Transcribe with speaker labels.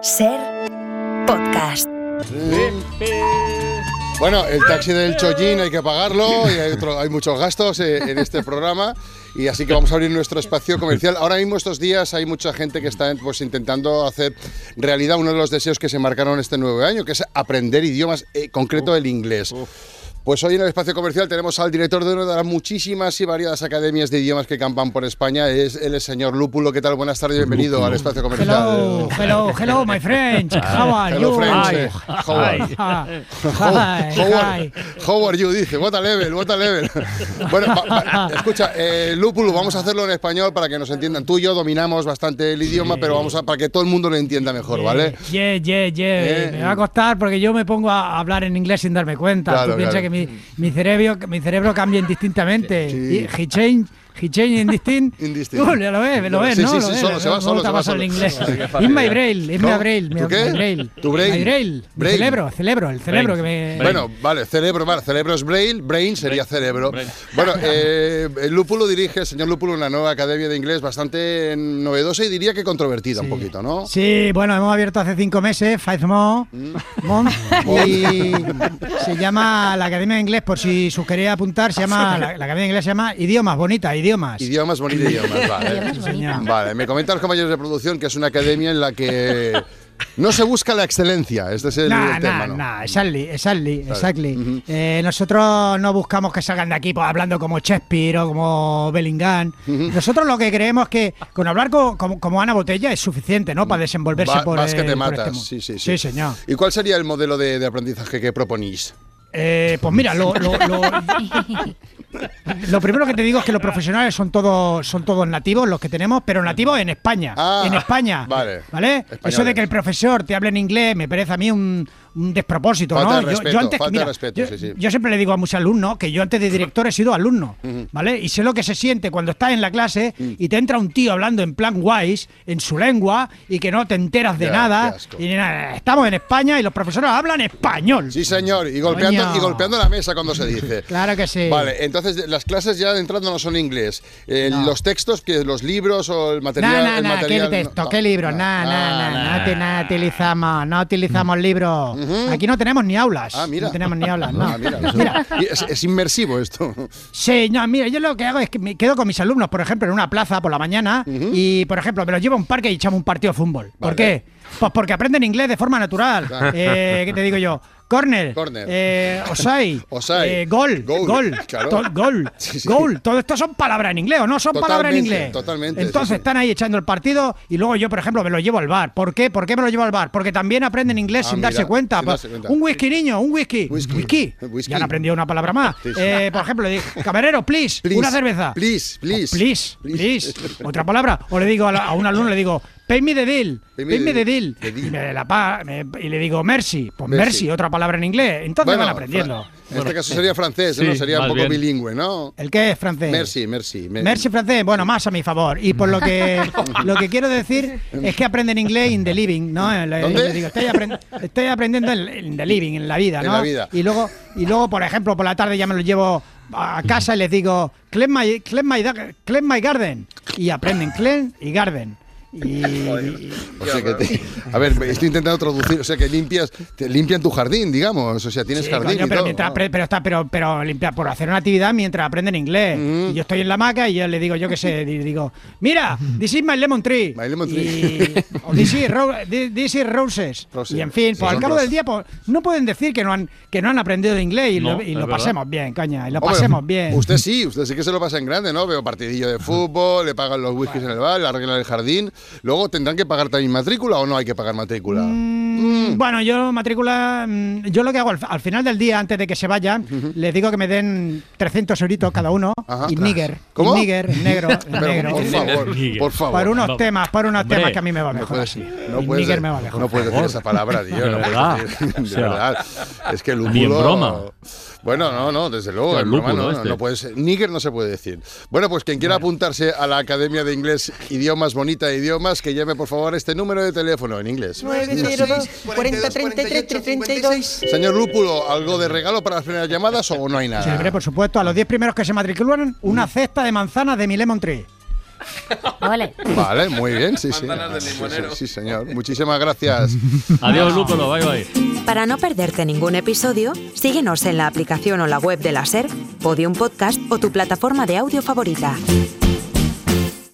Speaker 1: Ser podcast.
Speaker 2: Bueno, el taxi del Chollín hay que pagarlo y hay, otro- hay muchos gastos eh, en este programa y así que vamos a abrir nuestro espacio comercial. Ahora mismo estos días hay mucha gente que está pues, intentando hacer realidad uno de los deseos que se marcaron este nuevo año, que es aprender idiomas, eh, en concreto el inglés. Pues hoy en el espacio comercial tenemos al director de una de las muchísimas y variadas academias de idiomas que campan por España. Es él el señor Lúpulo. ¿Qué tal? Buenas tardes, bienvenido al espacio comercial.
Speaker 3: Hello, hello, hello, my French. How
Speaker 2: eh, Ah,
Speaker 3: are
Speaker 2: Hello,
Speaker 3: you?
Speaker 2: French, eh, how are-
Speaker 3: Hi.
Speaker 2: How-
Speaker 3: Hi.
Speaker 2: how
Speaker 3: Hi.
Speaker 2: are- How are you? Dice, what a level, what a level. Bueno, va- va- escucha, eh, Lúpulo, vamos a hacerlo en español para que nos entiendan. Tú y yo dominamos bastante el idioma, pero vamos a para que todo el mundo lo entienda mejor, ¿vale?
Speaker 3: Yeah, yeah, yeah.
Speaker 2: Eh.
Speaker 3: Me va a costar porque yo me pongo a hablar en inglés sin darme cuenta.
Speaker 2: Claro,
Speaker 3: Tú piensas
Speaker 2: claro.
Speaker 3: que mi, mi cerebro, mi cerebro cambia indistintamente. Y He changed. He changed indistinct.
Speaker 2: Indistinct.
Speaker 3: Uh, lo ves, lo ves,
Speaker 2: Sí,
Speaker 3: ¿no?
Speaker 2: sí,
Speaker 3: Lo
Speaker 2: sí,
Speaker 3: ves,
Speaker 2: solo,
Speaker 3: ¿no?
Speaker 2: se va
Speaker 3: ¿Cómo
Speaker 2: solo,
Speaker 3: te
Speaker 2: se va
Speaker 3: vas al
Speaker 2: solo.
Speaker 3: inglés.
Speaker 2: Sí, qué
Speaker 3: In my braille, in
Speaker 2: ¿No?
Speaker 3: my braille, mi-
Speaker 2: ¿Tu qué?
Speaker 3: my braille.
Speaker 2: ¿Tu braille?
Speaker 3: My braille. Mi
Speaker 2: Braille.
Speaker 3: Cerebro, cerebro, el cerebro que me.
Speaker 2: Bueno, vale, cerebro, vale, cerebro es brain, brain sería cerebro. Bueno, eh, el Lúpulo dirige, el señor Lúpulo, una nueva academia de inglés bastante novedosa y diría que controvertida un poquito, ¿no?
Speaker 3: Sí, bueno, hemos abierto hace cinco meses, Five More,
Speaker 2: Mm.
Speaker 3: Month, y se llama la Academia de Inglés, por si sus queréis apuntar, se llama, la, la Academia de Inglés se llama Idiomas, bonita, idiomas.
Speaker 2: Idiomas, bonito idiomas, vale.
Speaker 3: Sí, señor.
Speaker 2: Vale, me comentan los compañeros de producción que es una academia en la que no se busca la excelencia. Este es el
Speaker 3: Nah,
Speaker 2: tema,
Speaker 3: nah,
Speaker 2: ¿no?
Speaker 3: nah, exactly, exactly, exactly. Eh, nosotros no buscamos que salgan de aquí pues, hablando como Shakespeare o como Bellingham. Nosotros lo que creemos es que con hablar co- como, como Ana Botella es suficiente, ¿no? Para desenvolverse
Speaker 2: Va-
Speaker 3: por,
Speaker 2: vas Mm. que
Speaker 3: el-
Speaker 2: te
Speaker 3: por
Speaker 2: matas.
Speaker 3: este mundo.
Speaker 2: sí, sí, sí.
Speaker 3: Sí, señor.
Speaker 2: ¿Y cuál sería el modelo de, de aprendizaje que proponís?
Speaker 3: Eh, pues mira, lo, lo- lo- lo primero que te digo es que los profesionales son todos son todos nativos, los que tenemos, pero nativos en España.
Speaker 2: Ah,
Speaker 3: en España.
Speaker 2: vale.
Speaker 3: ¿vale? Eso de que el profesor te hable en inglés me parece a mí un, un despropósito.
Speaker 2: Falta
Speaker 3: ¿no?
Speaker 2: de respeto, falta de respeto,
Speaker 3: yo,
Speaker 2: sí, sí.
Speaker 3: yo siempre le digo a muchos alumnos que yo antes de director he sido alumno, ¿vale? Y sé lo que se siente cuando estás en la clase
Speaker 2: Mm.
Speaker 3: y te entra un tío hablando en plan guays, en su lengua, y que no te enteras de
Speaker 2: Ya, qué
Speaker 3: nada.
Speaker 2: asco.
Speaker 3: Y nada, estamos en España y los profesores hablan español.
Speaker 2: Sí, señor, y golpeando,
Speaker 3: Coño.
Speaker 2: y golpeando la mesa cuando se dice.
Speaker 3: Claro que sí.
Speaker 2: Vale, entonces de- las clases ya de entrando no son inglés. Eh, Los textos, que los libros o el material.
Speaker 3: No, no,
Speaker 2: el
Speaker 3: no,
Speaker 2: material,
Speaker 3: ¿qué
Speaker 2: no.
Speaker 3: texto?
Speaker 2: Ah,
Speaker 3: ¿Qué libro? No, no, no, no, te- no utilizamos, no utilizamos libros. Aquí no tenemos ni aulas.
Speaker 2: Ah, mira.
Speaker 3: No tenemos ni aulas, no.
Speaker 2: Ah, mira, eso-
Speaker 3: Mira,
Speaker 2: y es, es inmersivo esto.
Speaker 3: sí, no, mira, yo lo que hago es que me quedo con mis alumnos, por ejemplo, en una plaza por la mañana y, por ejemplo, me los llevo a un parque y echamos un partido de fútbol.
Speaker 2: Vale.
Speaker 3: ¿Por qué? Pues porque aprenden inglés de forma natural.
Speaker 2: Claro.
Speaker 3: Eh, ¿Qué te digo yo? Corner,
Speaker 2: Corner.
Speaker 3: Eh, Osai,
Speaker 2: Osai.
Speaker 3: eh, gol,
Speaker 2: Goal,
Speaker 3: gol,
Speaker 2: claro.
Speaker 3: to- gol,
Speaker 2: Sí, sí.
Speaker 3: gol. Todo esto son palabras en inglés, ¿o no? Son palabras en
Speaker 2: Totalmente,
Speaker 3: inglés.
Speaker 2: totalmente,
Speaker 3: Entonces
Speaker 2: sí, sí.
Speaker 3: están ahí echando el partido y luego yo, por ejemplo, me lo llevo al bar. ¿Por qué? ¿Por qué me lo llevo al bar? Porque también aprenden inglés
Speaker 2: Ah,
Speaker 3: sin, darse
Speaker 2: mira,
Speaker 3: cuenta.
Speaker 2: sin
Speaker 3: Pues,
Speaker 2: darse cuenta.
Speaker 3: Un whisky, niño, un whisky.
Speaker 2: Whisky. Whisky.
Speaker 3: Ya han aprendido una palabra más.
Speaker 2: Sí, sí.
Speaker 3: Eh, por ejemplo, le digo, camarero, please,
Speaker 2: Please,
Speaker 3: una cerveza.
Speaker 2: please, please.
Speaker 3: Oh, please, please. Otra palabra. O le digo a, la- a un alumno, le digo, pay me the deal. Pay me the deal.
Speaker 2: the deal.
Speaker 3: Y, me la pa- me- y le digo, mercy. Pues
Speaker 2: Mercy.
Speaker 3: mercy, otra palabra en inglés. Entonces van aprendiendo.
Speaker 2: fra- En este caso sería francés, ¿no?
Speaker 4: Sí,
Speaker 2: Sería un
Speaker 4: más
Speaker 2: poco
Speaker 4: bien.
Speaker 2: bilingüe, ¿no?
Speaker 3: ¿El qué es francés?
Speaker 2: Merci, merci. me-
Speaker 3: Eh. Merci francés, bueno, más a mi favor. Y por lo que lo que quiero decir es que aprenden inglés in the living, ¿no? Le-
Speaker 2: ¿Dónde?
Speaker 3: le digo, estoy, aprend- estoy aprendiendo en, en the living, en la vida,
Speaker 2: En
Speaker 3: ¿no?
Speaker 2: la vida.
Speaker 3: Y luego, y luego, por ejemplo, por la tarde ya me lo llevo a casa y les digo, clean my, clean my, da- clean my garden. Y aprenden clean y garden. Y,
Speaker 2: O sea que te- a ver, estoy intentando traducir, o sea que limpias, te limpian tu jardín, digamos, o sea, tienes
Speaker 3: Sí,
Speaker 2: jardín
Speaker 3: coño,
Speaker 2: y
Speaker 3: pero,
Speaker 2: todo.
Speaker 3: mientras
Speaker 2: ¿no?
Speaker 3: apre- pero está, pero, pero limpia- por hacer una actividad mientras aprenden inglés.
Speaker 2: Mm.
Speaker 3: Y yo estoy en la hamaca y yo le digo, yo qué sé, di- digo, mira, this is my lemon tree.
Speaker 2: My lemon
Speaker 3: Y-
Speaker 2: tree.
Speaker 3: o this, is ro- thi- this is roses.
Speaker 2: Roses.
Speaker 3: Y en fin,
Speaker 2: Sí,
Speaker 3: pues, al
Speaker 2: son
Speaker 3: cabo
Speaker 2: rosas.
Speaker 3: del día pues, no pueden decir que no han, que no han aprendido de inglés y
Speaker 4: No,
Speaker 3: lo, y
Speaker 4: es
Speaker 3: lo
Speaker 4: verdad.
Speaker 3: pasemos bien, coña, y lo
Speaker 2: Hombre,
Speaker 3: pasemos bien.
Speaker 2: Usted sí, usted sí que se lo pasa en grande, ¿no? Veo partidillo de fútbol, le pagan los whiskies en el bar, le arreglan el jardín. Luego tendrán que pagar también matrícula o no hay que pagar matrícula.
Speaker 3: Mm, Bueno, yo matrícula, mm, yo lo que hago al, al final del día, antes de que se vayan, les digo que me den 300 euritos cada uno
Speaker 2: Ajá.
Speaker 3: y nigger,
Speaker 2: ¿Cómo?
Speaker 3: y nigger, en negro, en
Speaker 2: Pero,
Speaker 3: negro.
Speaker 2: por favor,
Speaker 4: Miguel.
Speaker 2: por favor.
Speaker 3: Por unos
Speaker 4: no.
Speaker 3: temas, por unos
Speaker 4: Hombre,
Speaker 3: temas que a mí me va
Speaker 2: No
Speaker 3: mejor.
Speaker 2: puedes,
Speaker 3: así.
Speaker 2: no
Speaker 3: Y
Speaker 2: puedes,
Speaker 3: Níger me va mejor.
Speaker 2: no puedes decir esa palabra, tío.
Speaker 4: De
Speaker 2: no puedes
Speaker 4: verdad.
Speaker 2: decir- de
Speaker 4: O sea,
Speaker 2: verdad. Es que el
Speaker 4: ni en
Speaker 2: lúpulo-
Speaker 4: broma.
Speaker 2: Bueno, no, no, desde luego.
Speaker 4: O sea,
Speaker 2: en
Speaker 4: el
Speaker 2: broma
Speaker 4: lúpulo
Speaker 2: no, no,
Speaker 4: este.
Speaker 2: no puedes. Níger no se puede decir. Bueno, pues quien quiera apuntarse a la Academia de Inglés Idiomas Bonita de Idiomas, que llame por favor este número de teléfono en inglés.
Speaker 5: 902 40 33 32.
Speaker 2: Señor Lúpulo, ¿algo de regalo para las primeras llamadas o no hay nada?
Speaker 3: Siempre, por supuesto, a los 10 primeros que se matriculan, una cesta de manzanas de mi lemon tree.
Speaker 1: Vale.
Speaker 2: Vale, muy bien, sí, sí.
Speaker 4: Manzanas de
Speaker 2: Sí,
Speaker 4: limonero.
Speaker 2: Sí, sí, señor. Muchísimas gracias.
Speaker 6: Adiós, Lúpulo, bye bye.
Speaker 1: Para no perderte ningún episodio, síguenos en la aplicación o la web de la SER, Podium Podcast o tu plataforma de audio favorita.